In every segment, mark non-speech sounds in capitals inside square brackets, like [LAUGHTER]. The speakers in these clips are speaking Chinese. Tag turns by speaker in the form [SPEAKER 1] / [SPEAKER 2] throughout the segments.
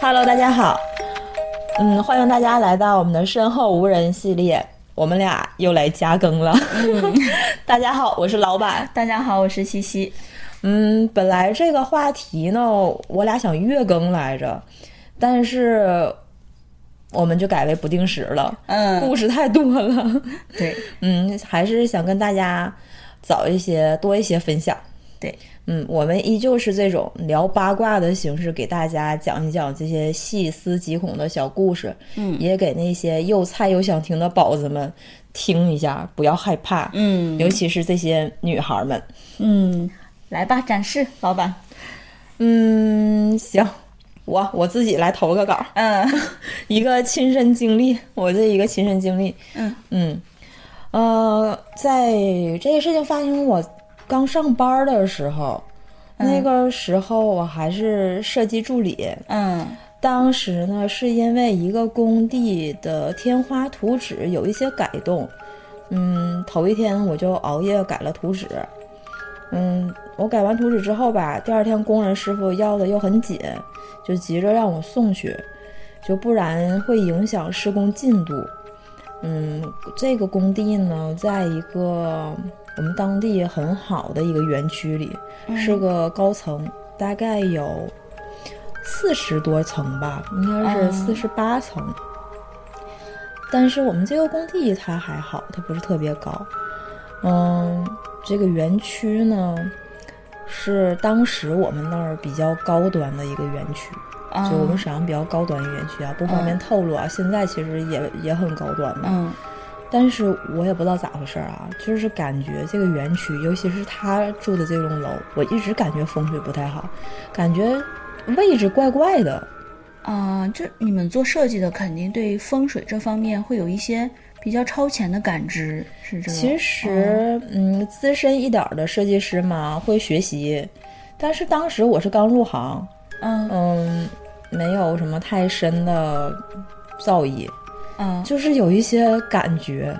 [SPEAKER 1] Hello，大家好，嗯，欢迎大家来到我们的身后无人系列，我们俩又来加更了。 [LAUGHS] 大家好，我是老板。
[SPEAKER 2] 大家好，我是西西。
[SPEAKER 1] 嗯，本来这个话题呢，我俩想月更来着，但是我们就改为不定时了，
[SPEAKER 2] 嗯，
[SPEAKER 1] 故事太多了。
[SPEAKER 2] 对，
[SPEAKER 1] 嗯，还是想跟大家早一些多一些分享。
[SPEAKER 2] 对，
[SPEAKER 1] 嗯，我们依旧是这种聊八卦的形式，给大家讲一讲这些细思极恐的小故事，
[SPEAKER 2] 嗯
[SPEAKER 1] 也给那些又菜又想听的宝子们听一下，不要害怕，
[SPEAKER 2] 嗯
[SPEAKER 1] 尤其是这些女孩们。
[SPEAKER 2] 嗯，来吧，展示，老板。
[SPEAKER 1] 嗯，行，我我自己来投个稿， [LAUGHS]
[SPEAKER 2] 嗯
[SPEAKER 1] 一个亲身经历，我这一个亲身经历，
[SPEAKER 2] 嗯
[SPEAKER 1] 嗯，呃，在这个事情发生我刚上班的时候，那个时候我还是设计助理，
[SPEAKER 2] 嗯
[SPEAKER 1] 当时呢，是因为一个工地的天花图纸有一些改动，嗯，头一天我就熬夜改了图纸，嗯，我改完图纸之后吧，第二天工人师傅要的又很紧，就急着让我送去，就不然会影响施工进度。嗯，这个工地呢，在一个我们当地很好的一个园区里，是个高层，大概有四十多层吧，应该是
[SPEAKER 2] 嗯
[SPEAKER 1] 四十八层。但是我们这个工地它还好，它不是特别高。嗯，这个园区呢，是当时我们那儿比较高端的一个园区，
[SPEAKER 2] 啊
[SPEAKER 1] 就我们沈阳比较高端一个园区啊，不方便透露啊。现在其实也也很高端的，
[SPEAKER 2] 嗯
[SPEAKER 1] 但是我也不知道咋回事儿啊，就是感觉这个园区，尤其是他住的这栋楼，我一直感觉风水不太好，感觉位置怪怪的。
[SPEAKER 2] 啊，这你们做设计的肯定对风水这方面会有一些比较超前的感知，是这个。
[SPEAKER 1] 其实，嗯，资深一点儿的设计师嘛，会学习，但是当时我是刚入行，
[SPEAKER 2] 嗯
[SPEAKER 1] 嗯，没有什么太深的造诣，
[SPEAKER 2] 嗯
[SPEAKER 1] 就是有一些感觉，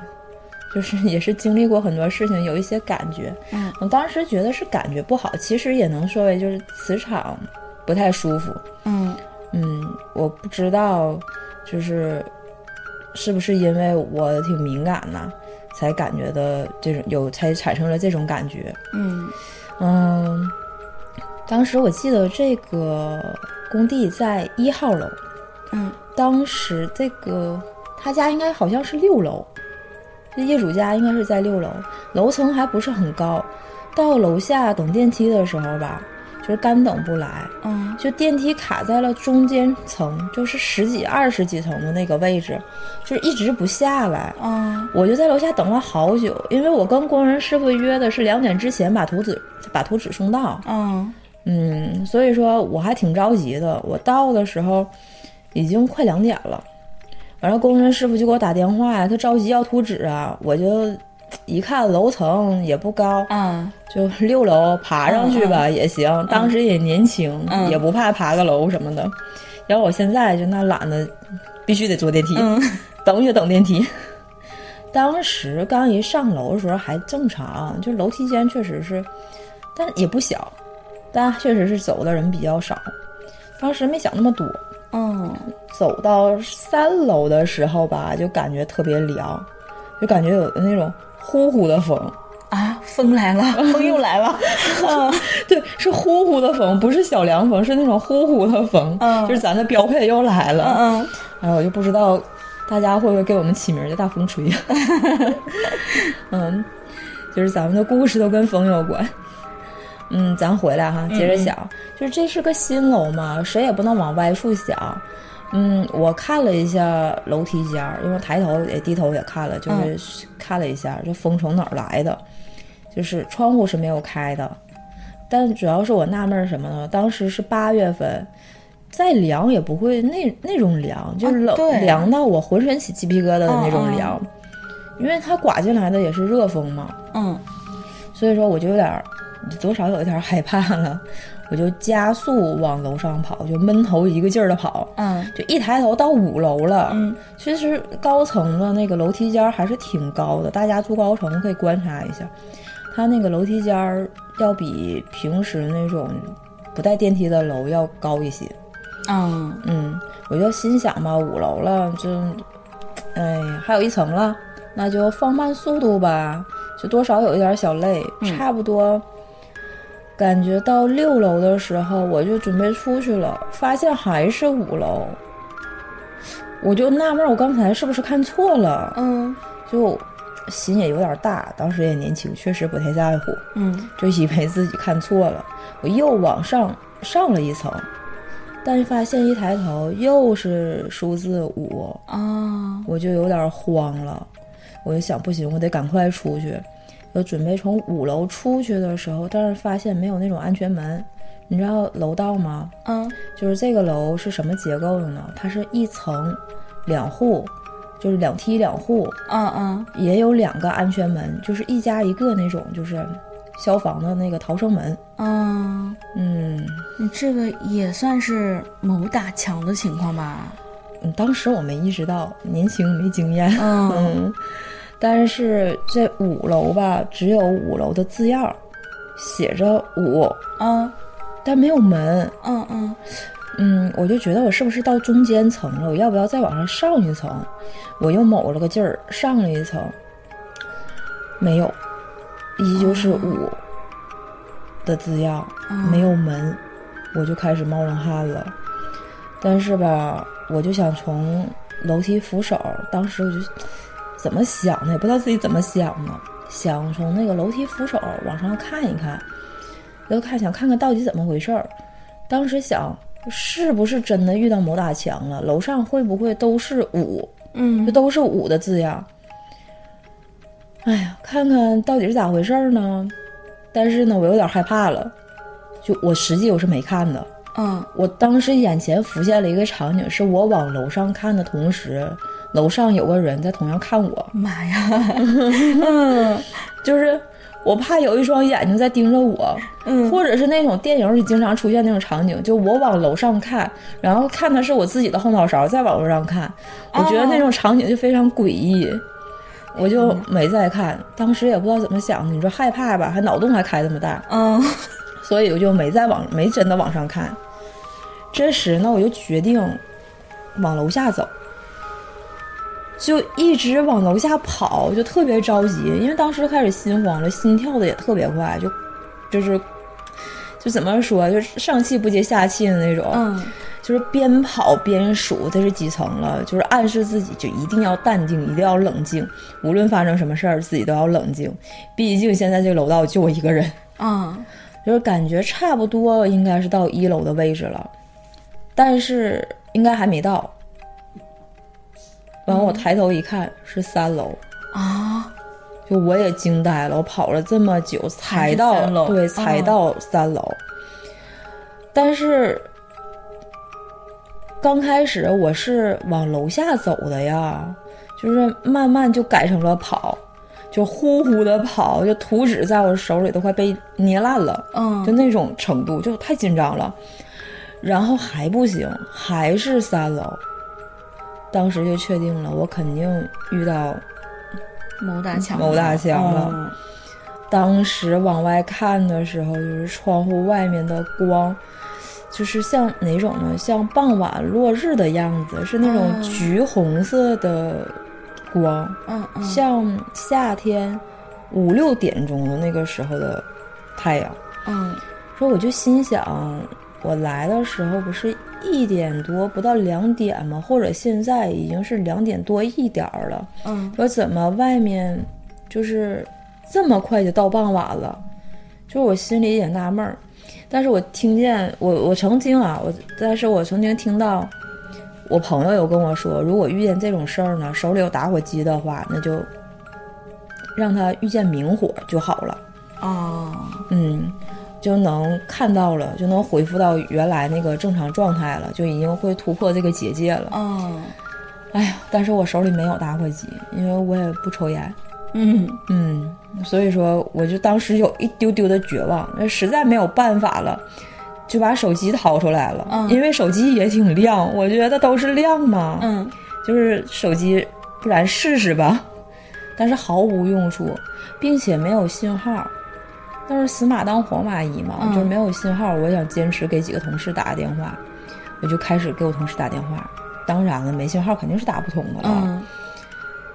[SPEAKER 1] 就是也是经历过很多事情，有一些感觉。
[SPEAKER 2] 嗯
[SPEAKER 1] 我当时觉得是感觉不好，其实也能说为就是磁场不太舒服。
[SPEAKER 2] 嗯
[SPEAKER 1] 嗯，我不知道，就是是不是因为我挺敏感呐、才感觉的这种有才产生了这种感觉。
[SPEAKER 2] 嗯
[SPEAKER 1] 嗯，当时我记得这个工地在一号楼，
[SPEAKER 2] 嗯
[SPEAKER 1] 当时这个他家应该好像是六楼，这业主家应该是在六楼，楼层还不是很高。到楼下等电梯的时候吧，就是干等不来，
[SPEAKER 2] 嗯
[SPEAKER 1] 就电梯卡在了中间层，就是十几、二十几层的那个位置，就是一直不下来。
[SPEAKER 2] 嗯
[SPEAKER 1] 我就在楼下等了好久，因为我跟工人师傅约的是两点之前把图纸把图纸送到。
[SPEAKER 2] 嗯
[SPEAKER 1] 嗯，所以说我还挺着急的。我到的时候已经快两点了，完了工人师傅就给我打电话呀，他着急要图纸啊，我就一看楼层也不高，
[SPEAKER 2] 啊
[SPEAKER 1] 就六楼爬上去吧、也行。当时也年轻、
[SPEAKER 2] 嗯
[SPEAKER 1] 也不怕爬个楼什么的。然后我现在就那懒得，必须得坐电梯，
[SPEAKER 2] 嗯
[SPEAKER 1] 等也等电梯。当时刚一上楼的时候还正常，就楼梯间确实是，但也不小，但确实是走的人比较少。当时没想那么多，
[SPEAKER 2] 嗯
[SPEAKER 1] 走到三楼的时候吧，就感觉特别凉，就感觉有那种呼呼的风。
[SPEAKER 2] 啊，风
[SPEAKER 1] [LAUGHS]
[SPEAKER 2] 来了，风又来了。
[SPEAKER 1] 对，是呼呼的风，不是小凉风，是那种呼呼的风，
[SPEAKER 2] 嗯
[SPEAKER 1] 就是咱的标配又来了。
[SPEAKER 2] 嗯嗯
[SPEAKER 1] 哎，我就不知道大家会不会给我们起名儿叫大风 [LAUGHS] 吹。嗯，就是咱们的故事都跟风有关。 [LAUGHS] 嗯，咱回来哈，接着想，
[SPEAKER 2] 嗯
[SPEAKER 1] 就是这是个新楼嘛，谁也不能往歪处想。嗯，我看了一下楼梯间儿，因为抬头也低头也看了，
[SPEAKER 2] 嗯
[SPEAKER 1] 就是看了一下这风从哪儿来的，就是窗户是没有开的。但主要是我纳闷儿什么呢？当时是八月份，再凉也不会那那种凉，就是冷、
[SPEAKER 2] 啊对
[SPEAKER 1] 凉到我浑身起鸡皮疙瘩的那种
[SPEAKER 2] 嗯嗯
[SPEAKER 1] 凉，因为它刮进来的也是热风嘛。
[SPEAKER 2] 嗯
[SPEAKER 1] 所以说我就有点儿多少有一点儿害怕了， [LAUGHS] 我就加速往楼上跑，就闷头一个劲儿的跑，
[SPEAKER 2] 嗯
[SPEAKER 1] 就一抬头到五楼了。
[SPEAKER 2] 嗯
[SPEAKER 1] 其实高层的那个楼梯间儿还是挺高的，大家住高层可以观察一下，它那个楼梯间儿要比平时那种不带电梯的楼要高一些。
[SPEAKER 2] 嗯，
[SPEAKER 1] 嗯，我就心想吧，五楼了，这，哎，还有一层了，那就放慢速度吧，就多少有一点小累，
[SPEAKER 2] 嗯
[SPEAKER 1] 差不多。感觉到六楼的时候，我就准备出去了，发现还是五楼，我就纳闷儿，我刚才是不是看错了？
[SPEAKER 2] 嗯，
[SPEAKER 1] 就心也有点大，当时也年轻，确实不太在乎。
[SPEAKER 2] 嗯，
[SPEAKER 1] 就以为自己看错了，我又往上上了一层，但发现一抬头又是数字五，
[SPEAKER 2] 啊，
[SPEAKER 1] 我就有点慌了，我就想不行，我得赶快出去。我准备从五楼出去的时候，但是发现没有那种安全门，你知道楼道吗？
[SPEAKER 2] 嗯，
[SPEAKER 1] 就是这个楼是什么结构的呢？它是一层两户，就是两梯两户，
[SPEAKER 2] 啊啊，
[SPEAKER 1] 也有两个安全门，就是一家一个那种，就是消防的那个逃生门。
[SPEAKER 2] 嗯，
[SPEAKER 1] 嗯，
[SPEAKER 2] 你这个也算是某打墙的情况吧？
[SPEAKER 1] 嗯当时我没意识到，年轻没经验。
[SPEAKER 2] 嗯，
[SPEAKER 1] 嗯，但是这五楼吧，只有五楼的字样儿，写着五，嗯
[SPEAKER 2] 啊，
[SPEAKER 1] 但没有门。
[SPEAKER 2] 嗯嗯，
[SPEAKER 1] 嗯，我就觉得我是不是到中间层了？我要不要再往上上一层？我又卯了个劲儿上了一层，没有，依旧是五的字样，
[SPEAKER 2] 嗯
[SPEAKER 1] 没有门，我就开始冒冷汗了。但是吧，我就想从楼梯扶手，当时我就怎么想的，也不知道自己怎么想的，想从那个楼梯扶手往上看一看，要看想看看到底怎么回事儿。当时想，是不是真的遇到某打墙了？楼上会不会都是五？
[SPEAKER 2] 嗯
[SPEAKER 1] 这都是五的字样。哎呀，看看到底是咋回事儿呢？但是呢，我有点害怕了。就我实际我是没看的，
[SPEAKER 2] 嗯
[SPEAKER 1] 我当时眼前浮现了一个场景，是我往楼上看的同时，楼上有个人在同样看我，
[SPEAKER 2] 妈
[SPEAKER 1] [LAUGHS]
[SPEAKER 2] 呀，嗯
[SPEAKER 1] 就是我怕有一双眼睛在盯着我，
[SPEAKER 2] 嗯
[SPEAKER 1] 或者是那种电影里经常出现那种场景，就我往楼上看，然后看的是我自己的后脑勺，再往楼上看，我觉得那种场景就非常诡异，我就没再看。当时也不知道怎么想的，你说害怕吧，还脑洞还开这么大，
[SPEAKER 2] 嗯
[SPEAKER 1] 所以我就没再往没真的往上看。这时呢，我就决定往楼下走，就一直往楼下跑，就特别着急，因为当时开始心慌了，心跳的也特别快，就就是就怎么说，就是上气不接下气的那种，
[SPEAKER 2] 嗯
[SPEAKER 1] 就是边跑边数这是几层了，就是暗示自己就一定要淡定，一定要冷静，无论发生什么事儿，自己都要冷静，毕竟现在这个楼道就我一个人。
[SPEAKER 2] 嗯
[SPEAKER 1] 就是感觉差不多应该是到一楼的位置了，但是应该还没到。完，我抬头一看是三楼，
[SPEAKER 2] 啊，
[SPEAKER 1] 就我也惊呆了，我跑了这么久才
[SPEAKER 2] 还是
[SPEAKER 1] 到
[SPEAKER 2] 三，楼
[SPEAKER 1] 对，才到三楼。但是刚开始我是往楼下走的呀，就是慢慢就改成了跑，就呼呼的跑，就图纸在我手里都快被捏烂了。就
[SPEAKER 2] 嗯
[SPEAKER 1] 那种程度，就太紧张了。然后还不行，还是三楼。当时就确定了，我肯定遇到。
[SPEAKER 2] 某打墙，
[SPEAKER 1] 某大墙了
[SPEAKER 2] 嗯
[SPEAKER 1] 当时往外看的时候，就是窗户外面的光，就是像哪种呢？像傍晚落日的样子，是那种
[SPEAKER 2] 嗯
[SPEAKER 1] 橘红色的光，
[SPEAKER 2] 嗯嗯，
[SPEAKER 1] 像夏天五六点钟的那个时候的太阳。
[SPEAKER 2] 嗯
[SPEAKER 1] 说我就心想，我来的时候不是一点多，不到两点吗？或者现在已经是两点多一点儿了。
[SPEAKER 2] 嗯
[SPEAKER 1] 说怎么外面就是这么快就到傍晚了？就是我心里也纳闷儿。但是我听见我我曾经啊，我但是我曾经听到我朋友有跟我说，如果遇见这种事儿呢，手里有打火机的话，那就让他遇见明火就好了。
[SPEAKER 2] 哦，
[SPEAKER 1] 嗯，就能看到了，就能恢复到原来那个正常状态了，就已经会突破这个结界了。
[SPEAKER 2] 哦，
[SPEAKER 1] 哎呀，但是我手里没有打火机，因为我也不抽烟。
[SPEAKER 2] 嗯
[SPEAKER 1] 嗯，所以说我就当时有一丢丢的绝望，那实在没有办法了，就把手机掏出来了，
[SPEAKER 2] 嗯
[SPEAKER 1] 因为手机也挺亮，我觉得都是亮嘛，
[SPEAKER 2] 嗯
[SPEAKER 1] 就是手机，不然试试吧。但是毫无用处，并且没有信号，但是死马当活马医嘛，
[SPEAKER 2] 嗯
[SPEAKER 1] 就是没有信号，我想坚持给几个同事打个电话，我就开始给我同事打电话。当然了，没信号肯定是打不通的了。
[SPEAKER 2] 嗯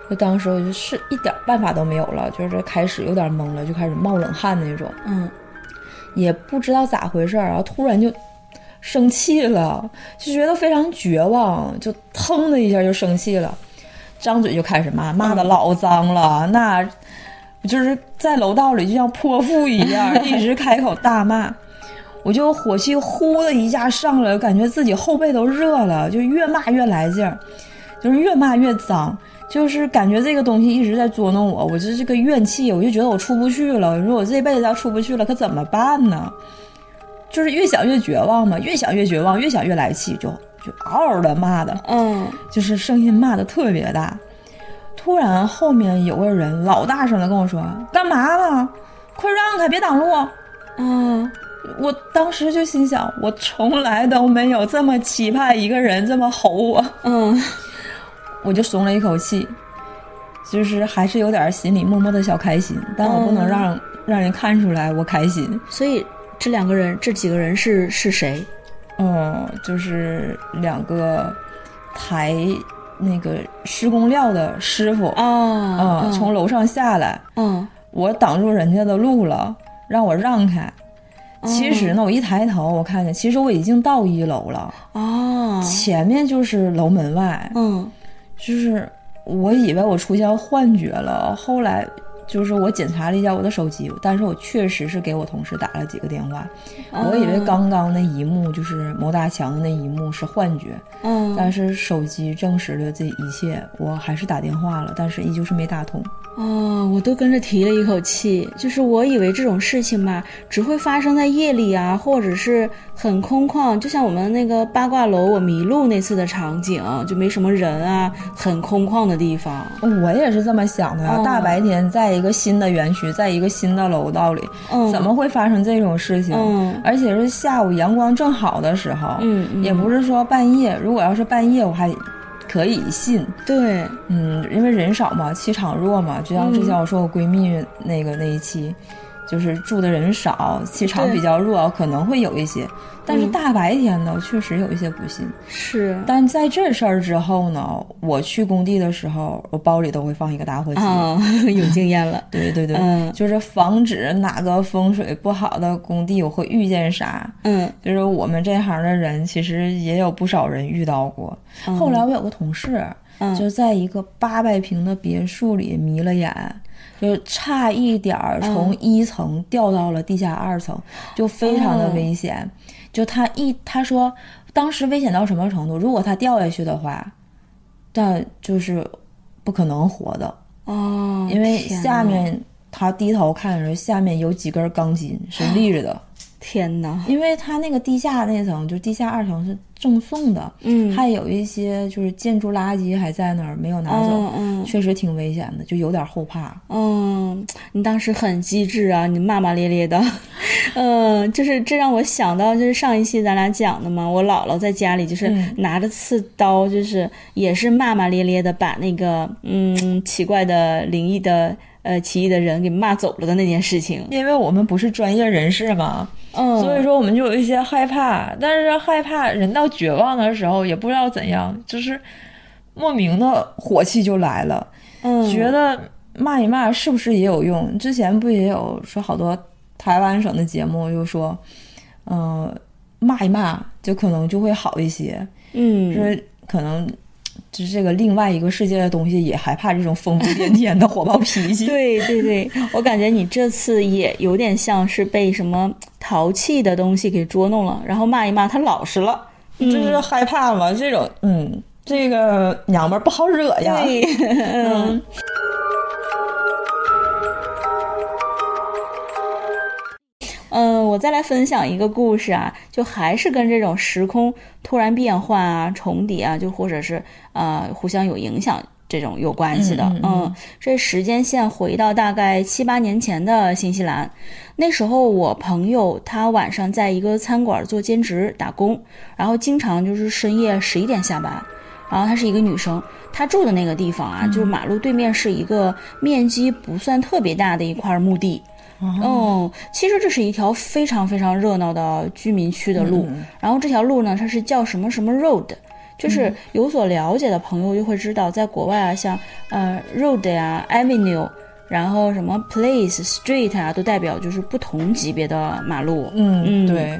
[SPEAKER 1] 就当时我就是一点办法都没有了，就是开始有点懵了，就开始冒冷汗的那种，
[SPEAKER 2] 嗯
[SPEAKER 1] 也不知道咋回事儿，然后突然就生气了，就觉得非常绝望，就腾的一下就生气了，张嘴就开始骂，骂的老脏了，那就是在楼道里就像泼妇一样，一直开口大骂。我就火气呼的一下上来，感觉自己后背都热了，就越骂越来劲儿，就是越骂越脏，就是感觉这个东西一直在捉弄我，我就这个怨气，我就觉得我出不去了。你说我这辈子要出不去了，可怎么办呢？就是越想越绝望嘛，越想越绝望，越想越来气，就就嗷嗷的骂的，
[SPEAKER 2] 嗯
[SPEAKER 1] 就是声音骂的特别大。突然后面有个人老大声的跟我说：“干嘛呢？快让开，别挡路！”
[SPEAKER 2] 嗯
[SPEAKER 1] 我当时就心想，我从来都没有这么期盼一个人这么吼我，
[SPEAKER 2] 嗯
[SPEAKER 1] 我就松了一口气，就是还是有点心里默默的小开心，但我不能让、让人看出来我开心。
[SPEAKER 2] 所以这两个人，这几个人是是谁？
[SPEAKER 1] 嗯，就是两个抬那个施工料的师傅，
[SPEAKER 2] 啊
[SPEAKER 1] 嗯，
[SPEAKER 2] 啊
[SPEAKER 1] 从楼上下来，
[SPEAKER 2] 嗯
[SPEAKER 1] 我挡住人家的路了，让我让开。其实呢，我一抬头，我看见，其实我已经到一楼了，
[SPEAKER 2] 啊
[SPEAKER 1] 前面就是楼门外，
[SPEAKER 2] 嗯
[SPEAKER 1] 就是我以为我出现幻觉了，后来就是我检查了一下我的手机，但是我确实是给我同事打了几个电话，
[SPEAKER 2] 啊
[SPEAKER 1] 我以为刚刚那一幕就是毛大强的那一幕是幻觉，
[SPEAKER 2] 嗯
[SPEAKER 1] 但是手机证实了这一切，我还是打电话了，但是依旧是没打通。
[SPEAKER 2] 哦，我都跟着提了一口气，就是我以为这种事情嘛，只会发生在夜里啊，或者是很空旷，就像我们那个八卦楼我迷路那次的场景，就没什么人啊，很空旷的地方。
[SPEAKER 1] 我也是这么想的呀、
[SPEAKER 2] 哦
[SPEAKER 1] 大白天在一个新的园区，在一个新的楼道里，
[SPEAKER 2] 嗯，
[SPEAKER 1] 怎么会发生这种事情？
[SPEAKER 2] 嗯
[SPEAKER 1] 而且是下午阳光正好的时候，
[SPEAKER 2] 嗯嗯
[SPEAKER 1] 也不是说半夜。如果要是半夜，我还可以信，
[SPEAKER 2] 对，
[SPEAKER 1] 嗯，因为人少嘛，气场弱嘛。就像
[SPEAKER 2] 嗯
[SPEAKER 1] 之前我说我闺蜜那个那一期，就是住的人少，气场
[SPEAKER 2] 对
[SPEAKER 1] 比较弱，可能会有一些。但是
[SPEAKER 2] 嗯
[SPEAKER 1] 大白天的确实有一些不信。
[SPEAKER 2] 是
[SPEAKER 1] [LAUGHS] 但在这事儿之后呢，我去工地的时候，我包里都会放一个打火机。
[SPEAKER 2] 啊， [LAUGHS] 有经
[SPEAKER 1] [LAUGHS]
[SPEAKER 2] 验了。
[SPEAKER 1] 对对对，
[SPEAKER 2] 嗯
[SPEAKER 1] 就是防止哪个风水不好的工地我会遇见啥。
[SPEAKER 2] 嗯，
[SPEAKER 1] 就是我们这行的人，其实也有不少人遇到过。后来我有个同事，
[SPEAKER 2] 嗯
[SPEAKER 1] 就在一个八百平的别墅里迷了眼，就差一点儿
[SPEAKER 2] 嗯
[SPEAKER 1] 从一层掉到了地下二层，就非常
[SPEAKER 2] 哦
[SPEAKER 1] 的危险。就他一他说，当时危险到什么程度？如果他掉下去的话，但就是不可能活的，
[SPEAKER 2] 哦，
[SPEAKER 1] 因为
[SPEAKER 2] 天
[SPEAKER 1] 下
[SPEAKER 2] 呐
[SPEAKER 1] 面他低头看的时候，下面有几根钢筋是立着的。
[SPEAKER 2] 天呐，
[SPEAKER 1] 因为它那个地下那层，就地下二层是赠送的，
[SPEAKER 2] 嗯，
[SPEAKER 1] 还有一些就是建筑垃圾还在那儿没有拿走，
[SPEAKER 2] 嗯嗯
[SPEAKER 1] 确实挺危险的，就有点后怕。
[SPEAKER 2] 嗯，你当时很机智啊，你骂骂咧咧的， [LAUGHS] 嗯，就是这让我想到，就是上一期咱俩讲的嘛，我姥姥在家里就是
[SPEAKER 1] 嗯
[SPEAKER 2] 拿着刺刀，就是也是骂骂咧咧的把那个嗯奇怪的灵异的呃奇异的人给骂走了的那件事情，
[SPEAKER 1] 嗯因为我们不是专业人士嘛，
[SPEAKER 2] 嗯，
[SPEAKER 1] 所以说我们就有一些害怕，但是害怕人到绝望的时候，也不知道怎样，就是莫名的火气就来了，
[SPEAKER 2] 嗯
[SPEAKER 1] 觉得骂一骂是不是也有用？之前不也有说好多台湾省的节目就说，嗯、骂一骂就可能就会好一些，
[SPEAKER 2] 嗯
[SPEAKER 1] 就是可能就是这个另外一个世界的东西也害怕这种疯疯癫癫的 [LAUGHS] 火爆脾气。
[SPEAKER 2] 对对对，我感觉你这次也有点像是被什么淘气的东西给捉弄了，然后骂一骂他老实了。
[SPEAKER 1] 就是害怕嘛，这种嗯，这个娘们儿不好惹呀。
[SPEAKER 2] 对，
[SPEAKER 1] 嗯，
[SPEAKER 2] 嗯，我再来分享一个故事啊，就还是跟这种时空突然变换啊、重叠啊，就或者是啊、呃互相有影响这种有关系的。
[SPEAKER 1] 嗯嗯嗯
[SPEAKER 2] 这时间线回到大概七八年前的新西兰，那时候我朋友他晚上在一个餐馆做兼职打工，然后经常就是深夜十一点下班。然后她是一个女生，她住的那个地方啊，就马路对面是一个面积不算特别大的一块墓地，哦，其实这是一条非常非常热闹的居民区
[SPEAKER 1] 嗯
[SPEAKER 2] 的路，然后这条路呢，它是叫什么什么 road，就是有所了解的朋友就会知道，在国外啊，像呃 road 呀、avenue，然后什么 place、street 啊，都代表就是不同级别的马路。
[SPEAKER 1] 嗯，
[SPEAKER 2] 嗯
[SPEAKER 1] 对，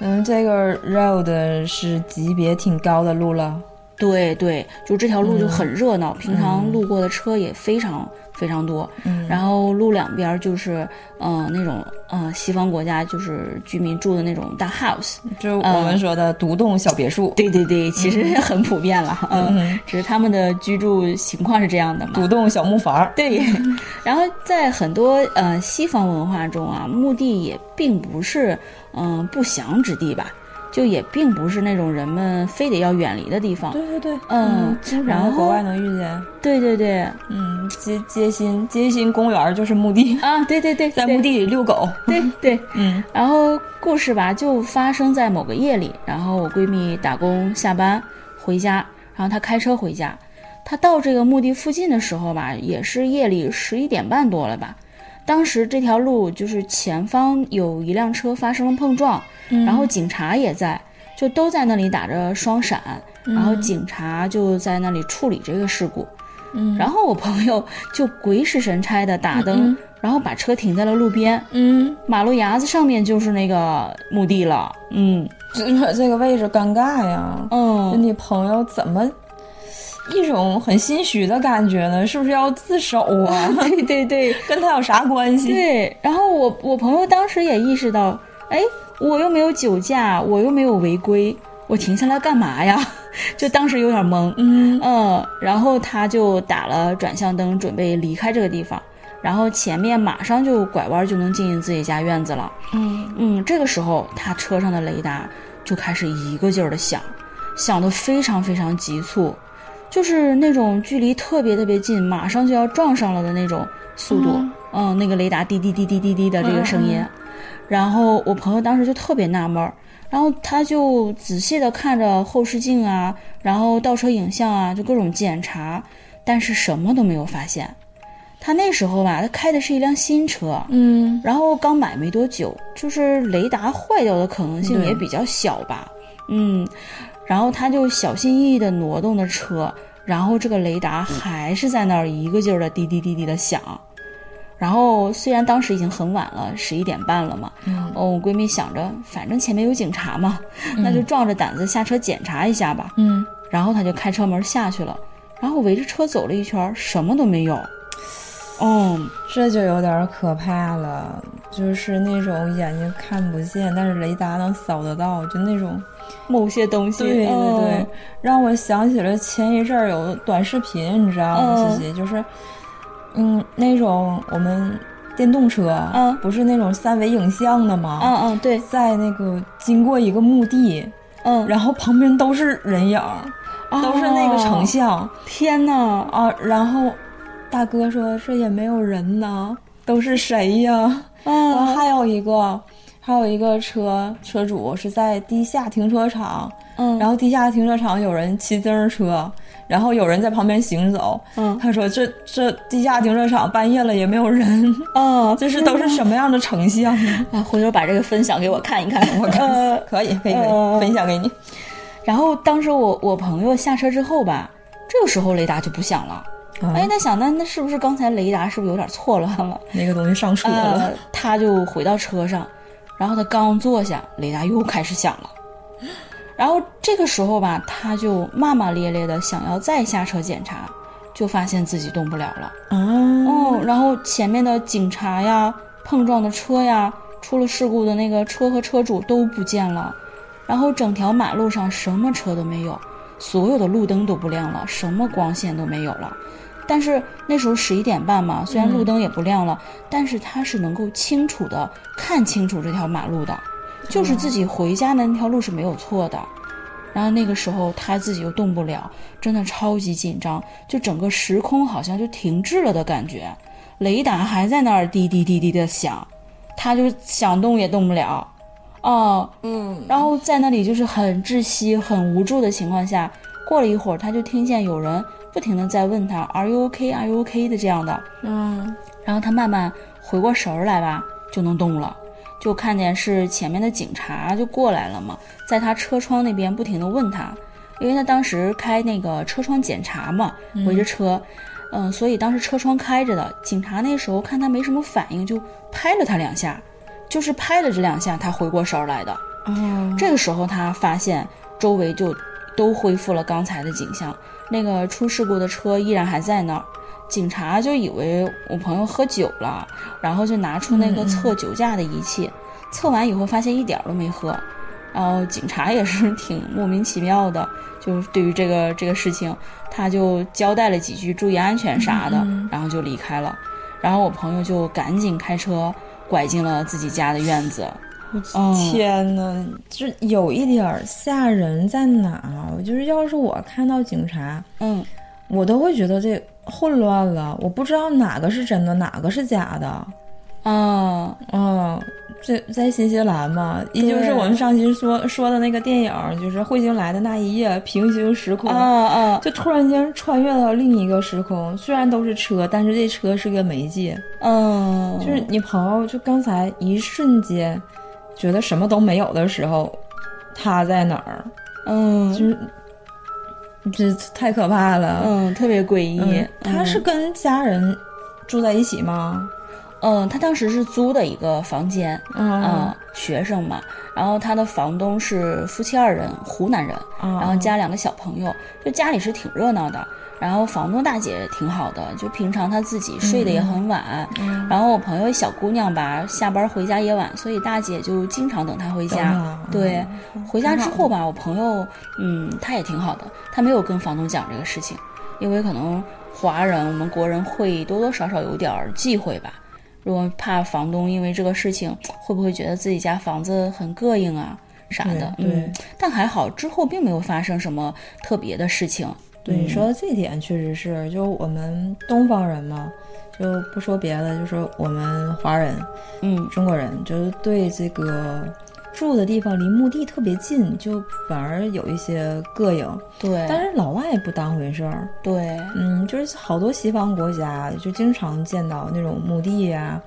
[SPEAKER 1] 嗯，这个 road 是级别挺高的路了。
[SPEAKER 2] 对对，就这条路
[SPEAKER 1] 嗯
[SPEAKER 2] 就很热闹，平常路过的车也非常非常多。
[SPEAKER 1] 嗯
[SPEAKER 2] 然后路两边儿就是，嗯、那种，嗯、西方国家就是居民住的那种大 house。
[SPEAKER 1] 就我们说的独栋小别墅，
[SPEAKER 2] 对对对，其实很普遍了，嗯，
[SPEAKER 1] 嗯，
[SPEAKER 2] 只是他们的居住情况是这样的嘛。
[SPEAKER 1] 独栋小木房儿。
[SPEAKER 2] 对，
[SPEAKER 1] 嗯
[SPEAKER 2] 然后在很多呃西方文化中啊，墓地也并不是嗯、不祥之地吧，就也并不是那种人们非得要远离的地方。
[SPEAKER 1] 对对对，
[SPEAKER 2] 嗯
[SPEAKER 1] 经
[SPEAKER 2] 然
[SPEAKER 1] 常在国
[SPEAKER 2] 后
[SPEAKER 1] 外能遇见。
[SPEAKER 2] 对对对，
[SPEAKER 1] 嗯，街街心街心公园儿就是墓地， [LAUGHS]
[SPEAKER 2] 啊，对对对，
[SPEAKER 1] 在
[SPEAKER 2] 对
[SPEAKER 1] 墓地里遛狗。
[SPEAKER 2] 对对，
[SPEAKER 1] 嗯
[SPEAKER 2] 然后故事吧就发生在某个夜里，然后我闺蜜打工下班回家，然后她开车回家，她到这个墓地附近的时候吧，也是夜里十一点半多了吧。当时这条路就是前方有一辆车发生了碰撞，然后警察也在，就都在那里打着双闪，然后警察就在那里处理这个事故。
[SPEAKER 1] 嗯
[SPEAKER 2] 然后我朋友就鬼使神差的打灯，然后把车停在了路边。
[SPEAKER 1] 嗯，
[SPEAKER 2] 马路牙子上面就是那个墓地了。嗯
[SPEAKER 1] 这 [LAUGHS] 这个位置尴尬呀。那
[SPEAKER 2] 嗯，
[SPEAKER 1] 你朋友怎么一种很心虚的感觉呢？是不是要自首啊？
[SPEAKER 2] [LAUGHS]
[SPEAKER 1] [LAUGHS]
[SPEAKER 2] 对对对
[SPEAKER 1] 跟他有啥关系？
[SPEAKER 2] 对。然后我我朋友当时也意识到，哎，我又没有酒驾，我又没有违规，我停下来干嘛呀？ [LAUGHS] 就当时有点懵。
[SPEAKER 1] 嗯
[SPEAKER 2] 嗯，然后他就打了转向灯，准备离开这个地方。然后前面马上就拐弯就能进自己家院子了。
[SPEAKER 1] 嗯
[SPEAKER 2] 嗯，这个时候他车上的雷达就开始一个劲儿的响，响得非常非常急促，就是那种距离特别特别近，马上就要撞上了的那种速度。嗯
[SPEAKER 1] 嗯，
[SPEAKER 2] 那个雷达滴滴滴滴滴滴的这个声音，
[SPEAKER 1] 嗯嗯
[SPEAKER 2] 然后我朋友当时就特别纳闷儿。然后他就仔细的看着后视镜啊，然后倒车影像啊，就各种检查，但是什么都没有发现。他那时候吧，他开的是一辆新车，
[SPEAKER 1] 嗯，
[SPEAKER 2] 然后刚买没多久，就是雷达坏掉的可能性
[SPEAKER 1] 对
[SPEAKER 2] 也比较小吧。嗯，然后他就小心翼翼地挪动着车，然后这个雷达
[SPEAKER 1] 嗯
[SPEAKER 2] 还是在那儿一个劲儿的滴滴滴滴的响。然后虽然当时已经很晚了，十一点半了嘛，
[SPEAKER 1] 嗯
[SPEAKER 2] 哦，我闺蜜想着反正前面有警察嘛，那就壮着胆子下车检查一下吧。
[SPEAKER 1] 嗯，
[SPEAKER 2] 然后她就开车门下去了，然后围着车走了一圈儿，什么都没有。哦，
[SPEAKER 1] 这就有点可怕了，就是那种眼睛看不见，但是雷达能扫得到，就那种。
[SPEAKER 2] 某些东西，
[SPEAKER 1] 对对对，
[SPEAKER 2] 嗯
[SPEAKER 1] 让我想起了前一阵儿有短视频，你知道吗？
[SPEAKER 2] 嗯
[SPEAKER 1] 西西、就是，嗯，那种我们电动车，啊
[SPEAKER 2] 嗯
[SPEAKER 1] 不是那种三维影像的吗？
[SPEAKER 2] 嗯嗯，对，
[SPEAKER 1] 在那个经过一个墓地，
[SPEAKER 2] 嗯，
[SPEAKER 1] 然后旁边都是人影儿，都是那个成
[SPEAKER 2] 像。
[SPEAKER 1] 像
[SPEAKER 2] 天呐，
[SPEAKER 1] 啊。然后大哥说：“这也没有人呐，都是谁呀？”然后
[SPEAKER 2] 嗯
[SPEAKER 1] 还有一个，还有一个车车主是在地下停车场，
[SPEAKER 2] 嗯，
[SPEAKER 1] 然后地下停车场有人骑自行车，然后有人在旁边行走。
[SPEAKER 2] 嗯
[SPEAKER 1] 他说这这地下停车场半夜了也没有人，
[SPEAKER 2] 啊，
[SPEAKER 1] 这是都是什么样的成像啊？
[SPEAKER 2] 啊，回头把这个分享给我看一看，
[SPEAKER 1] 我
[SPEAKER 2] 呃
[SPEAKER 1] 看可以可以可
[SPEAKER 2] 呃
[SPEAKER 1] 以分享给你。
[SPEAKER 2] 然后当时我我朋友下车之后吧，这个时候雷达就不响了。哎，
[SPEAKER 1] 哎，
[SPEAKER 2] 他想那那是不是刚才雷达是不是有点错乱了？
[SPEAKER 1] 那个东西上车了，
[SPEAKER 2] 呃，他就回到车上，然后他刚坐下，雷达又开始响了。然后这个时候吧，他就骂骂咧咧的想要再下车检查，就发现自己动不了了。
[SPEAKER 1] 啊，
[SPEAKER 2] 哦，然后前面的警察呀、碰撞的车呀、出了事故的那个车和车主都不见了，然后整条马路上什么车都没有，所有的路灯都不亮了，什么光线都没有了。但是那时候十一点半嘛，虽然路灯也不亮了，但是他是能够清楚的看清楚这条马路的，就是自己回家的那条路是没有错的。然后那个时候他自己又动不了，真的超级紧张，就整个时空好像就停滞了的感觉，雷达还在那儿滴滴滴滴的响，他就想动也动不了，哦，
[SPEAKER 1] 嗯，
[SPEAKER 2] 然后在那里就是很窒息、很无助的情况下，过了一会儿，他就听见有
[SPEAKER 1] 啊
[SPEAKER 2] 人不停的在问他 “Are you OK? Are you OK?” 的这样的，
[SPEAKER 1] 嗯
[SPEAKER 2] 然后他慢慢回过神儿来吧，就能动了。就看见是前面的警察就过来了嘛，在他车窗那边不停的问他，因为他当时开那个车窗检查嘛，围着车，嗯、所以当时车窗开着的。警察那时候看他没什么反应，就拍了他两下，就是拍了这两下，他回过神儿来的。
[SPEAKER 1] 哦，
[SPEAKER 2] 这个时候，他发现周围就都恢复了刚才的景象，那个出事故的车依然还在那儿。警察就以为我朋友喝酒了，然后就拿出那个测酒驾的仪器，测完以后发现一点儿都没喝。然后警察也是 [LAUGHS] 挺莫名其妙的，就是对于这个这个事情，他就交代了几句注意安全啥的，然后就离开了。然后我朋友就赶紧开车拐进了自己家的院子。
[SPEAKER 1] 哦
[SPEAKER 2] 嗯
[SPEAKER 1] 天呐，这有一点儿吓人在哪儿啊？我就是要是我看到警察，
[SPEAKER 2] 嗯，
[SPEAKER 1] 我都会觉得这混乱了，我不知道哪个是真的，哪个是假的。
[SPEAKER 2] 啊、
[SPEAKER 1] 嗯，这在新西兰嘛，依旧是我们上期说说的那个电影，就是彗星来的那一夜，平行时空，
[SPEAKER 2] 啊啊
[SPEAKER 1] 就突然间穿越到另一个时空。虽然都是车，但是这车是个媒介，
[SPEAKER 2] 嗯，
[SPEAKER 1] 就是你朋友就刚才一瞬间觉得什么都没有的时候，他在哪儿？
[SPEAKER 2] 嗯
[SPEAKER 1] 就是这太可怕了。
[SPEAKER 2] 嗯，特别诡异。
[SPEAKER 1] 嗯，他
[SPEAKER 2] 嗯
[SPEAKER 1] 是跟家人住在一起吗？
[SPEAKER 2] 嗯，他当时是租的一个房间，
[SPEAKER 1] 嗯
[SPEAKER 2] 嗯，学生嘛，然后他的房东是夫妻二人，湖南人，
[SPEAKER 1] 啊
[SPEAKER 2] 嗯然后加两个小朋友，就家里是挺热闹的。然后房东大姐挺好的，就平常她自己睡得也很晚。然后我朋友小姑娘吧，下班回家也晚，所以大姐就经常等她回
[SPEAKER 1] 等啊
[SPEAKER 2] 家。
[SPEAKER 1] 她
[SPEAKER 2] 对，回家
[SPEAKER 1] 哦挺
[SPEAKER 2] 之
[SPEAKER 1] 好
[SPEAKER 2] 后吧，我朋友嗯，她也挺好的，她没有跟房东讲这个事情，因为可能华人我们国人会多多少少有点儿忌讳吧。如果怕房东因为这个事情，会不会觉得自己家房子很膈应啊啥的？
[SPEAKER 1] 对对
[SPEAKER 2] 嗯，但还好之后并没有发生什么特别的事情。
[SPEAKER 1] 对你说的这一点确实是，就我们东方人嘛，就不说别的，就是我们华人、
[SPEAKER 2] 嗯
[SPEAKER 1] 中国人，就是对这个住的地方离墓地特别近，就反而有一些膈应。
[SPEAKER 2] 对，
[SPEAKER 1] 但是老外不当回事儿，
[SPEAKER 2] 对，
[SPEAKER 1] 嗯，就是好多西方国家就经常见到那种墓地呀、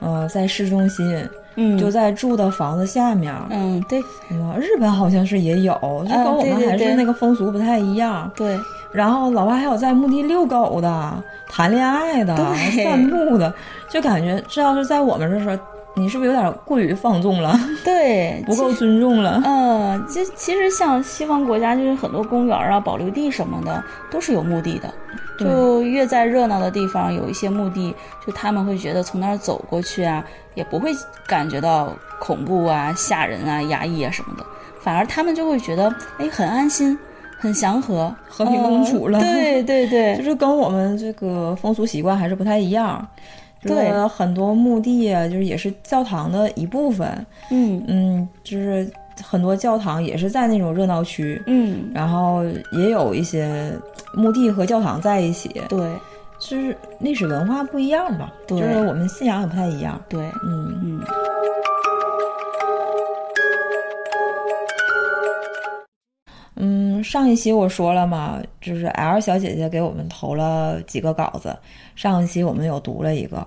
[SPEAKER 1] 呃，在市中心，
[SPEAKER 2] 嗯，
[SPEAKER 1] 就在住的房子下面。
[SPEAKER 2] 嗯，对
[SPEAKER 1] 嗯，日本好像是也有，就
[SPEAKER 2] 啊
[SPEAKER 1] 跟我
[SPEAKER 2] 对
[SPEAKER 1] 们
[SPEAKER 2] 对
[SPEAKER 1] 还
[SPEAKER 2] 对
[SPEAKER 1] 是那个风俗不太一样。
[SPEAKER 2] 对，
[SPEAKER 1] 然后老外还有在墓地遛狗的、谈恋爱的、
[SPEAKER 2] 对
[SPEAKER 1] 散步的，就感觉这要是在我们这时候，你是不是有点过于放纵了，
[SPEAKER 2] 对，
[SPEAKER 1] 不够尊重 [LAUGHS] 了？
[SPEAKER 2] 呃，就其实像西方国家，就是很多公园啊、保留地什么的，都是有目的的。
[SPEAKER 1] 对
[SPEAKER 2] 就越在热闹的地方，有一些墓地，就他们会觉得从那儿走过去啊，也不会感觉到恐怖啊、吓人啊、压抑啊什么的，反而他们就会觉得，哎，很安心，很祥和，
[SPEAKER 1] 和平共处了
[SPEAKER 2] 呃对
[SPEAKER 1] [LAUGHS]
[SPEAKER 2] 对
[SPEAKER 1] 就
[SPEAKER 2] 对，
[SPEAKER 1] 是跟我们这个风俗习惯还是不太一样。就是
[SPEAKER 2] 对
[SPEAKER 1] 很多墓地啊，就是也是教堂的一部分。
[SPEAKER 2] 嗯
[SPEAKER 1] 嗯，就是很多教堂也是在那种热闹区，
[SPEAKER 2] 嗯，
[SPEAKER 1] 然后也有一些墓地和教堂在一起，
[SPEAKER 2] 对
[SPEAKER 1] 就是历史文化不一样吧？
[SPEAKER 2] 对
[SPEAKER 1] 就是我们信仰也不太一样。
[SPEAKER 2] 对，
[SPEAKER 1] 嗯，
[SPEAKER 2] 嗯。
[SPEAKER 1] 嗯，上一期我说了嘛，就是 L 小姐姐给我们投了几个稿子，上一期我们有读了一个，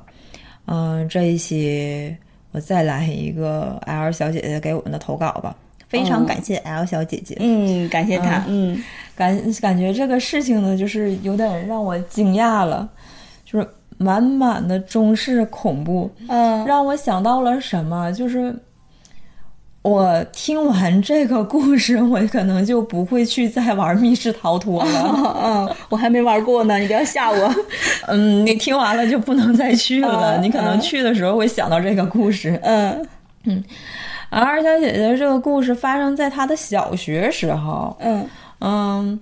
[SPEAKER 1] 嗯，这一期我再来一个 L 小姐姐给我们的投稿吧，非常
[SPEAKER 2] 嗯
[SPEAKER 1] 感谢 L 小姐姐，
[SPEAKER 2] 嗯，感谢他。嗯
[SPEAKER 1] 感感觉这个事情呢，就是有点让我惊讶了，就是满满的中式恐怖，
[SPEAKER 2] 嗯 [LAUGHS]
[SPEAKER 1] 让我想到了什么，就是。我听完这个故事，我可能就不会去再玩密室逃脱了。
[SPEAKER 2] [LAUGHS] 嗯，我还没玩过呢，你不要吓我。
[SPEAKER 1] 嗯，你听完了就不能再去了。
[SPEAKER 2] 嗯
[SPEAKER 1] 你可能
[SPEAKER 2] 嗯
[SPEAKER 1] 去的时候会想到这个故事。
[SPEAKER 2] 嗯
[SPEAKER 1] 而二小姐姐这个故事发生在她的小学时候。
[SPEAKER 2] 嗯
[SPEAKER 1] 嗯，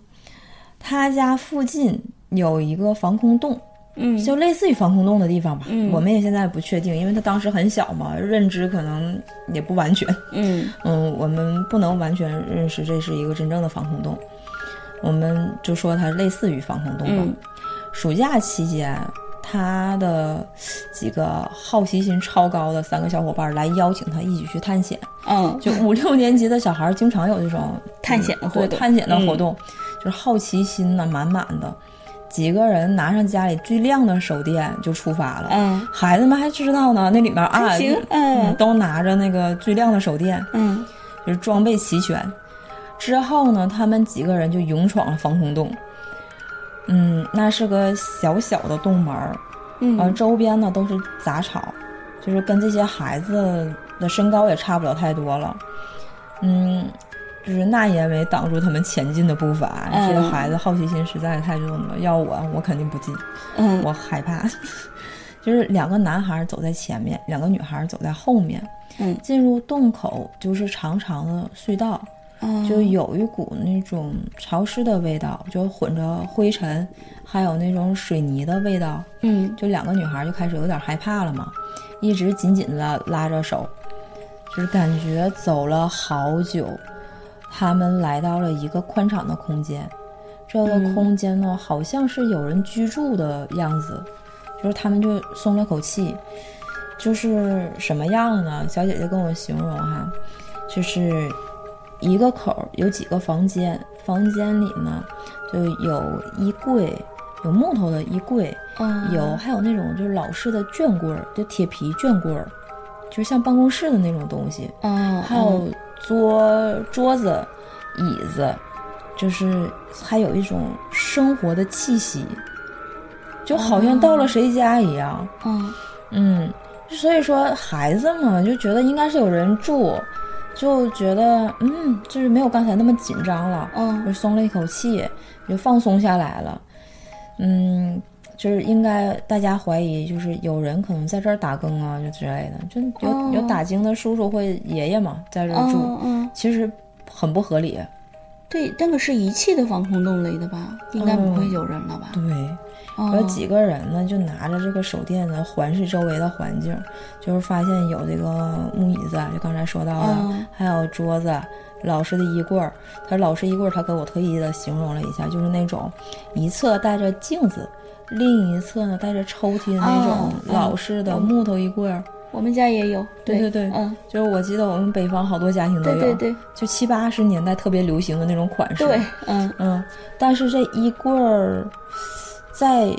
[SPEAKER 1] 她家附近有一个防空洞，
[SPEAKER 2] 嗯
[SPEAKER 1] 就类似于防空洞的地方吧。我们也现在不确定，因为她当时很小嘛，认知可能也不完全。
[SPEAKER 2] 嗯
[SPEAKER 1] 嗯，我们不能完全认识这是一个真正的防空洞，我们就说它类似于防空洞吧。
[SPEAKER 2] 嗯
[SPEAKER 1] 暑假期间，他的几个好奇心超高的三个小伙伴来邀请他一起去探险。
[SPEAKER 2] 嗯，
[SPEAKER 1] 就五六年级的小孩儿经常有这种
[SPEAKER 2] [LAUGHS]
[SPEAKER 1] 嗯
[SPEAKER 2] 探险的活动
[SPEAKER 1] 对探险的活
[SPEAKER 2] 嗯
[SPEAKER 1] 动，就是好奇心呐、满满的。几个人拿上家里最亮的手电就出发了。
[SPEAKER 2] 嗯
[SPEAKER 1] 孩子们还知道呢，那里面啊，
[SPEAKER 2] 行
[SPEAKER 1] 嗯
[SPEAKER 2] 嗯
[SPEAKER 1] 都拿着那个最亮的手电，
[SPEAKER 2] 嗯
[SPEAKER 1] 就是装备齐全。之后呢，他们几个人就勇闯了防空洞。嗯，那是个小小的洞门儿，呃，
[SPEAKER 2] 嗯
[SPEAKER 1] 周边呢都是杂草，就是跟这些孩子的身高也差不了太多了。嗯，就是那也没挡住他们前进的步伐。
[SPEAKER 2] 嗯
[SPEAKER 1] 这个孩子好奇心实在是太重了，要我我肯定不进，
[SPEAKER 2] 嗯
[SPEAKER 1] 我害怕。 [LAUGHS] 就是两个男孩走在前面，两个女孩走在后面。
[SPEAKER 2] 嗯
[SPEAKER 1] 进入洞口就是长长的隧道，
[SPEAKER 2] 嗯，
[SPEAKER 1] 就有一股那种潮湿的味道，就混着灰尘，还有那种水泥的味道。
[SPEAKER 2] 嗯
[SPEAKER 1] 就两个女孩就开始有点害怕了嘛，一直紧紧的拉着手，就是感觉走了好久，他们来到了一个宽敞的空间，这个空间呢、好像是有人居住的样子，就是他们就松了口气，就是什么样呢？小姐姐跟我形容哈，就是一个口儿有几个房间，房间里呢就有衣柜，有木头的衣柜，
[SPEAKER 2] 嗯
[SPEAKER 1] 有，还有那种就是老式的卷棍儿，就铁皮卷棍儿，就是像办公室的那种东西。
[SPEAKER 2] 嗯
[SPEAKER 1] 还有桌桌子、椅子，就是还有一种生活的气息，就好像到了谁家一样。
[SPEAKER 2] 嗯
[SPEAKER 1] 嗯，所以说孩子嘛，就觉得应该是有人住，就觉得嗯，就是没有刚才那么紧张了。
[SPEAKER 2] 嗯
[SPEAKER 1] 就松了一口气，就放松下来了。嗯，就是应该大家怀疑，就是有人可能在这儿打更啊，就之类的，就有、
[SPEAKER 2] 哦
[SPEAKER 1] 有打更的叔叔或爷爷嘛，在这儿住，
[SPEAKER 2] 嗯嗯，
[SPEAKER 1] 其实很不合理。
[SPEAKER 2] 对，那个是遗弃的防空洞类的吧？应该不会有人了吧？
[SPEAKER 1] 对，
[SPEAKER 2] 哦
[SPEAKER 1] 有几个人呢，就拿着这个手电呢，环视周围的环境，就是发现有这个木椅子啊，就刚才说到的，
[SPEAKER 2] 嗯
[SPEAKER 1] 还有桌子。啊老式的衣柜儿，他说老式衣柜儿，他给我特意的形容了一下，就是那种一侧带着镜子，另一侧呢带着抽屉的那种
[SPEAKER 2] 哦嗯
[SPEAKER 1] 老式的木头衣柜儿。
[SPEAKER 2] 我们家也有，
[SPEAKER 1] 对对
[SPEAKER 2] 对
[SPEAKER 1] 对
[SPEAKER 2] 嗯，
[SPEAKER 1] 就是我记得我们北方好多家庭都
[SPEAKER 2] 对
[SPEAKER 1] 有，
[SPEAKER 2] 对对
[SPEAKER 1] 就七八十年代特别流行的那种款式。
[SPEAKER 2] 对，嗯
[SPEAKER 1] 嗯，但是这衣柜儿在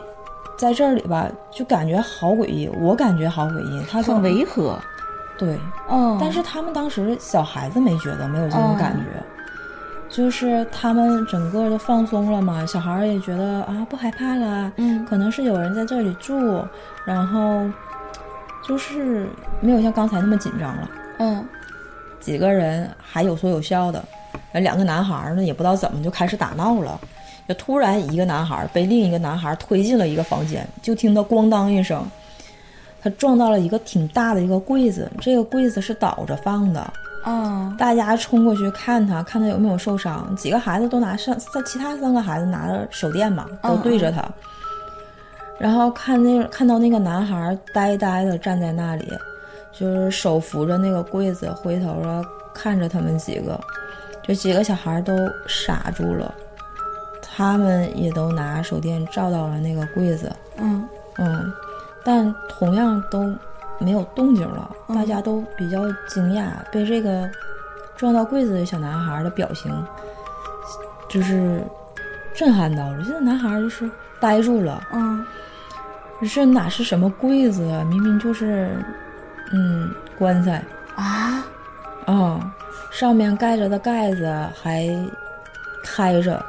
[SPEAKER 1] 在这里吧，就感觉好诡异，我感觉好诡异。他
[SPEAKER 2] 很违和，
[SPEAKER 1] 对，
[SPEAKER 2] 嗯，
[SPEAKER 1] 但是他们当时小孩子没觉得，没有这种感觉，就是他们整个都放松了嘛，小孩儿也觉得啊不害怕了，
[SPEAKER 2] 嗯
[SPEAKER 1] 可能是有人在这里住，然后就是没有像刚才那么紧张了。
[SPEAKER 2] 嗯
[SPEAKER 1] 几个人还有说有笑的，呃两个男孩儿呢也不知道怎么就开始打闹了，就突然一个男孩儿被另一个男孩儿推进了一个房间，就听到咣当一声，他撞到了一个挺大的一个柜子，这个柜子是倒着放的，
[SPEAKER 2] 哦
[SPEAKER 1] 大家冲过去看他，看他有没有受伤。几个孩子都拿上，三其他三个孩子拿着手电嘛，
[SPEAKER 2] 嗯
[SPEAKER 1] 都对着他。然后看那看到那个男孩呆呆的站在那里，就是手扶着那个柜子，回头了看着他们几个，这几个小孩都傻住了，他们也都拿手电照到了那个柜子，
[SPEAKER 2] 嗯
[SPEAKER 1] 嗯，但同样都没有动静了，
[SPEAKER 2] 嗯
[SPEAKER 1] 大家都比较惊讶，被这个撞到柜子的小男孩的表情就是震撼到了。这个男孩就是呆住了，
[SPEAKER 2] 嗯
[SPEAKER 1] 这哪是什么柜子啊？明明就是，嗯，棺材
[SPEAKER 2] 啊
[SPEAKER 1] 啊、上面盖着的盖子还开着，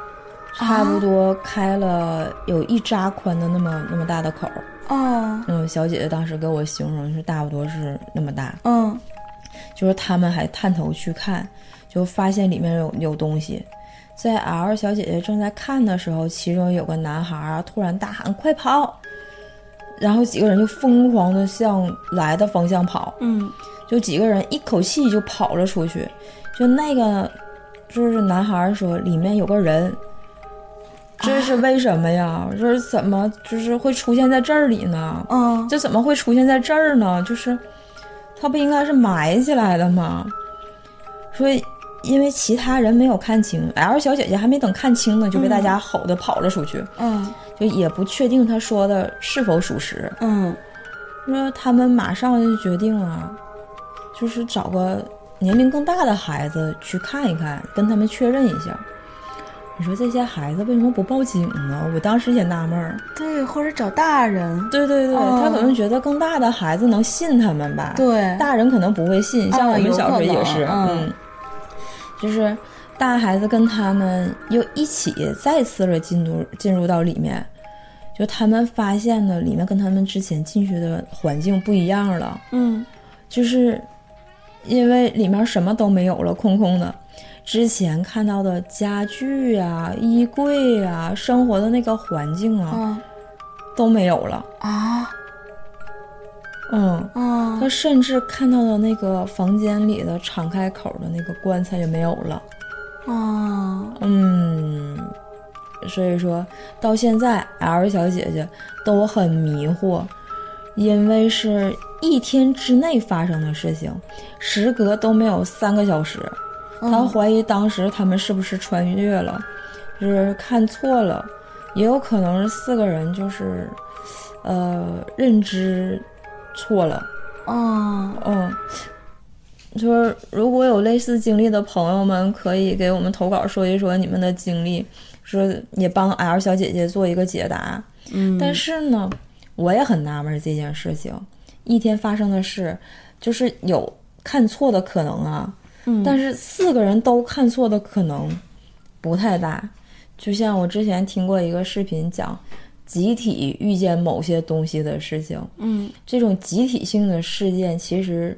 [SPEAKER 1] 差不多开了有一扎宽的那么那么大的口儿。
[SPEAKER 2] 哦
[SPEAKER 1] 嗯，小姐姐当时给我形容是大不多是那么大，
[SPEAKER 2] 嗯
[SPEAKER 1] 就是他们还探头去看，就发现里面有有东西。在 L 小姐姐正在看的时候，其中有个男孩儿突然大喊：“快跑！”然后几个人就疯狂的向来的方向跑，
[SPEAKER 2] 嗯
[SPEAKER 1] 就几个人一口气就跑了出去。就那个就是男孩儿说里面有个人，这是为什么呀？这是怎么就是会出现在这里呢？
[SPEAKER 2] 嗯
[SPEAKER 1] 这怎么会出现在这儿呢？就是它不应该是埋起来的吗？所以因为其他人没有看清，L 小姐姐还没等看清呢，就被大家吼的跑了出去，
[SPEAKER 2] 嗯
[SPEAKER 1] 就也不确定她说的是否属实。
[SPEAKER 2] 嗯
[SPEAKER 1] 说他们马上就决定了，就是找个年龄更大的孩子去看一看，跟他们确认一下。你说这些孩子为什么不报警呢？我当时也纳闷儿。
[SPEAKER 2] 对，或者找大人，
[SPEAKER 1] 对对对，
[SPEAKER 2] 哦
[SPEAKER 1] 他可能觉得更大的孩子能信他们吧？
[SPEAKER 2] 对，
[SPEAKER 1] 大人可能不会信，
[SPEAKER 2] 啊
[SPEAKER 1] 像我们
[SPEAKER 2] 有
[SPEAKER 1] 小时候
[SPEAKER 2] 可能
[SPEAKER 1] 也是，
[SPEAKER 2] 嗯
[SPEAKER 1] 嗯，就是大孩子跟他们又一起再次的进入进入到里面，就他们发现了里面跟他们之前进去的环境不一样了，
[SPEAKER 2] 嗯，
[SPEAKER 1] 就是因为里面什么都没有了，空空的。之前看到的家具啊、衣柜啊、生活的那个环境啊、
[SPEAKER 2] 嗯
[SPEAKER 1] 都没有了，
[SPEAKER 2] 啊，
[SPEAKER 1] 嗯。
[SPEAKER 2] 嗯
[SPEAKER 1] 他甚至看到的那个房间里的敞开口的那个棺材也没有了。
[SPEAKER 2] 嗯，
[SPEAKER 1] 嗯，所以说到现在，L 小姐姐都很迷惑，因为是一天之内发生的事情，时隔都没有三个小时，她怀疑当时他们是不是穿越了，就是看错了，也有可能是四个人就是，呃，认知错了。
[SPEAKER 2] 嗯，
[SPEAKER 1] 嗯，就是如果有类似经历的朋友们，可以给我们投稿说一说你们的经历，说也帮 L 小姐姐做一个解答。
[SPEAKER 2] 嗯，
[SPEAKER 1] 但是呢，我也很纳闷这件事情，一天发生的事，就是有看错的可能啊，
[SPEAKER 2] 嗯
[SPEAKER 1] 但是四个人都看错的可能不太大。就像我之前听过一个视频讲集体遇见某些东西的事情，
[SPEAKER 2] 嗯，
[SPEAKER 1] 这种集体性的事件其实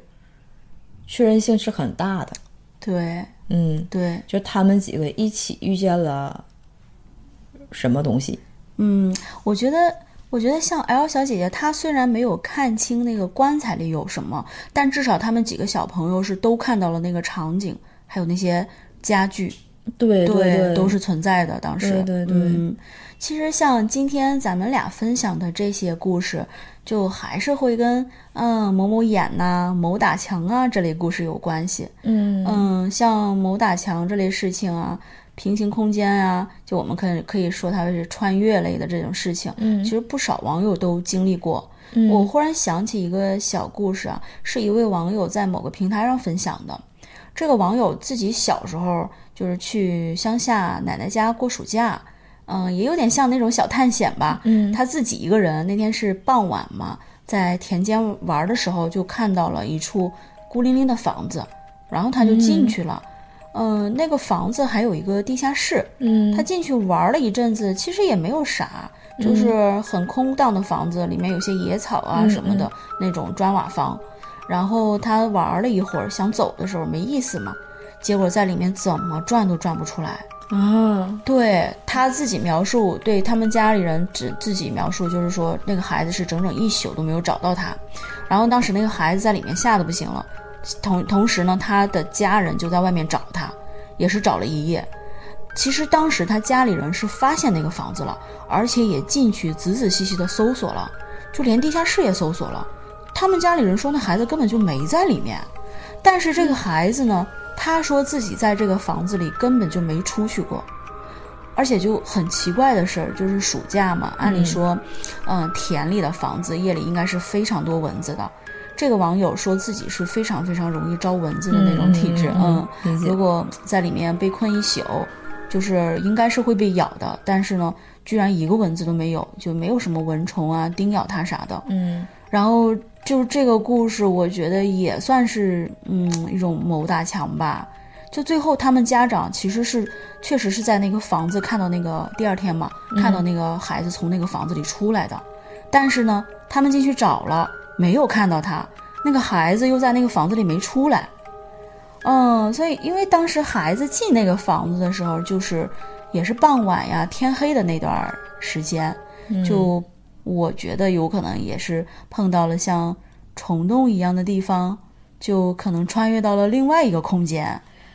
[SPEAKER 1] 确认性是很大的。
[SPEAKER 2] 对
[SPEAKER 1] 嗯，
[SPEAKER 2] 对，
[SPEAKER 1] 就他们几个一起遇见了什么东西？
[SPEAKER 2] 嗯，我觉得，我觉得像 L 小姐姐，她虽然没有看清那个棺材里有什么，但至少他们几个小朋友是都看到了那个场景，还有那些家具，
[SPEAKER 1] 对对，
[SPEAKER 2] 都是存在的。当时，
[SPEAKER 1] 对对对
[SPEAKER 2] 嗯，其实像今天咱们俩分享的这些故事，就还是会跟嗯某某眼呐、某打墙啊这类故事有关系。
[SPEAKER 1] 嗯
[SPEAKER 2] 嗯，像某打墙这类事情啊，平行空间啊，就我们可以可以说它是穿越类的这种事情，
[SPEAKER 1] 嗯
[SPEAKER 2] 其实不少网友都经历过。
[SPEAKER 1] 嗯
[SPEAKER 2] 我忽然想起一个小故事啊，是一位网友在某个平台上分享的。这个网友自己小时候就是去乡下奶奶家过暑假，嗯、也有点像那种小探险吧。
[SPEAKER 1] 嗯
[SPEAKER 2] 他自己一个人，那天是傍晚嘛，在田间玩的时候就看到了一处孤零零的房子，然后他就进去了。嗯、那个房子还有一个地下室，
[SPEAKER 1] 嗯，
[SPEAKER 2] 他进去玩了一阵子，其实也没有啥，就是很空荡的房子，里面有些野草啊
[SPEAKER 1] 嗯
[SPEAKER 2] 什么的、那种砖瓦房。然后他玩了一会儿，想走的时候没意思嘛，结果在里面怎么转都转不出来。
[SPEAKER 1] 啊，
[SPEAKER 2] 对他自己描述，对他们家里人只自己描述，就是说那个孩子是整整一宿都没有找到他，然后当时那个孩子在里面吓得不行了，同同时呢，他的家人就在外面找他，也是找了一夜。其实当时他家里人是发现那个房子了，而且也进去仔仔细细的搜索了，就连地下室也搜索了。他们家里人说那孩子根本就没在里面，但是这个孩子呢，他说自己在这个房子里根本就没出去过。而且就很奇怪的事儿，就是暑假嘛，按理说，嗯、田里的房子夜里应该是非常多蚊子的。这个网友说自己是非常非常容易招蚊子的那种体质，
[SPEAKER 1] 嗯，理解
[SPEAKER 2] 如。果在里面被困一宿，就是应该是会被咬的，但是呢，居然一个蚊子都没有，就没有什么蚊虫啊叮咬它啥的。
[SPEAKER 1] 嗯
[SPEAKER 2] 然后就是这个故事，我觉得也算是嗯一种谋打墙吧。就最后他们家长其实是确实是在那个房子看到那个第二天嘛，看到那个孩子从那个房子里出来的，但是呢，他们进去找了没有看到他，那个孩子又在那个房子里没出来。嗯，所以因为当时孩子进那个房子的时候，就是也是傍晚呀、天黑的那段儿时间，就我觉得有可能也是碰到了像虫洞一样的地方，就可能穿越到了另外一个空间，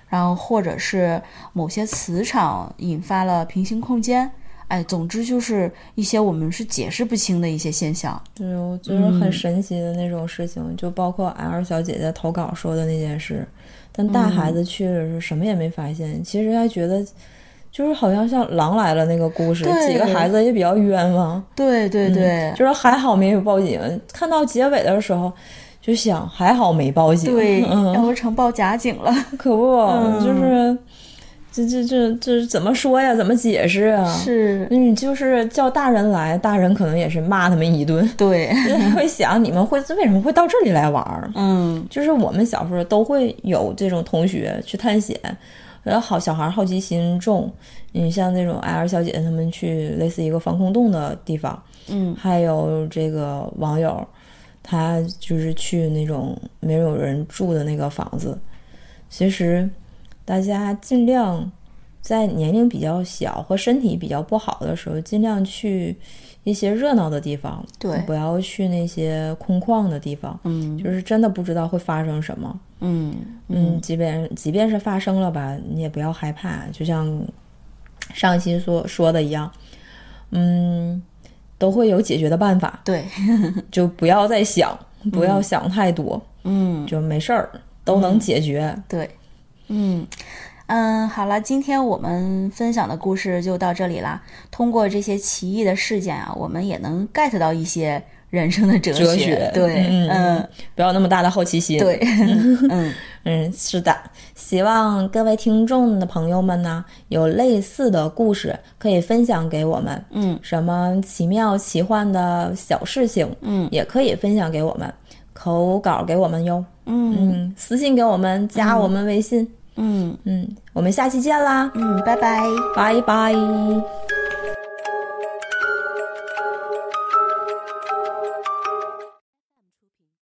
[SPEAKER 2] 然后或者是某些磁场引发了平行空间。哎，总之就是一些我们是解释不清的一些现象。
[SPEAKER 1] 对，我觉得很神奇的那种事情，就包括 L 小姐姐投稿说的那件事，但大
[SPEAKER 2] 嗯
[SPEAKER 1] 孩子去的时候什么也没发现，其实还觉得就是好像像狼来了那个故事，
[SPEAKER 2] 对
[SPEAKER 1] 几个孩子也比较冤枉，
[SPEAKER 2] 对
[SPEAKER 1] 嗯
[SPEAKER 2] 对对，
[SPEAKER 1] 就是还好没有报警。看到结尾的时候，就想还好没报警，
[SPEAKER 2] 对，
[SPEAKER 1] [LAUGHS]
[SPEAKER 2] 嗯
[SPEAKER 1] 嗯，
[SPEAKER 2] 要不成报假警了。
[SPEAKER 1] 可不，就是这这这这怎么说呀？怎么解释啊？
[SPEAKER 2] [LAUGHS] 是，
[SPEAKER 1] 你就是叫大人来，大人可能也是骂他们一
[SPEAKER 2] [LAUGHS]
[SPEAKER 1] 顿，
[SPEAKER 2] 对，
[SPEAKER 1] 会想你们会为什么会到这里来玩儿？
[SPEAKER 2] 嗯，
[SPEAKER 1] 就是我们小时候都会有这种同学去探险，然后好小孩好奇心重，你像那种艾尔小姐姐他们去类似一个防空洞的地方，
[SPEAKER 2] 嗯，
[SPEAKER 1] 还有这个网友，他就是去那种没有人住的那个房子。其实，大家尽量在年龄比较小和身体比较不好的时候，尽量去一些热闹的地方，
[SPEAKER 2] 对
[SPEAKER 1] 不要去那些空旷的地方，
[SPEAKER 2] 嗯，
[SPEAKER 1] 就是真的不知道会发生什么。
[SPEAKER 2] 嗯，
[SPEAKER 1] 嗯，即便即便是发生了吧，你也不要害怕，就像上一期说说的一样，嗯，都会有解决的办法，
[SPEAKER 2] 对，
[SPEAKER 1] 就不要再想，不要想太多，
[SPEAKER 2] 嗯，
[SPEAKER 1] 就没事儿，都能解决。
[SPEAKER 2] 对，嗯。嗯，好了，今天我们分享的故事就到这里啦。通过这些奇异的事件啊，我们也能 get 到一些人生的哲学。
[SPEAKER 1] 哲学
[SPEAKER 2] 对，
[SPEAKER 1] 嗯
[SPEAKER 2] 嗯，
[SPEAKER 1] 不要那么大的好奇心。
[SPEAKER 2] 对，嗯，
[SPEAKER 1] 嗯，是的，希望各位听众的朋友们呢，有类似的故事可以分享给我们，
[SPEAKER 2] 嗯，
[SPEAKER 1] 什么奇妙奇幻的小事情，
[SPEAKER 2] 嗯，
[SPEAKER 1] 也可以分享给我们，投稿给我们哟，
[SPEAKER 2] 嗯，
[SPEAKER 1] 嗯，私信给我们，加我们微信，
[SPEAKER 2] 嗯，
[SPEAKER 1] 嗯，我们下期见啦，
[SPEAKER 2] 嗯，拜拜。
[SPEAKER 1] 拜拜。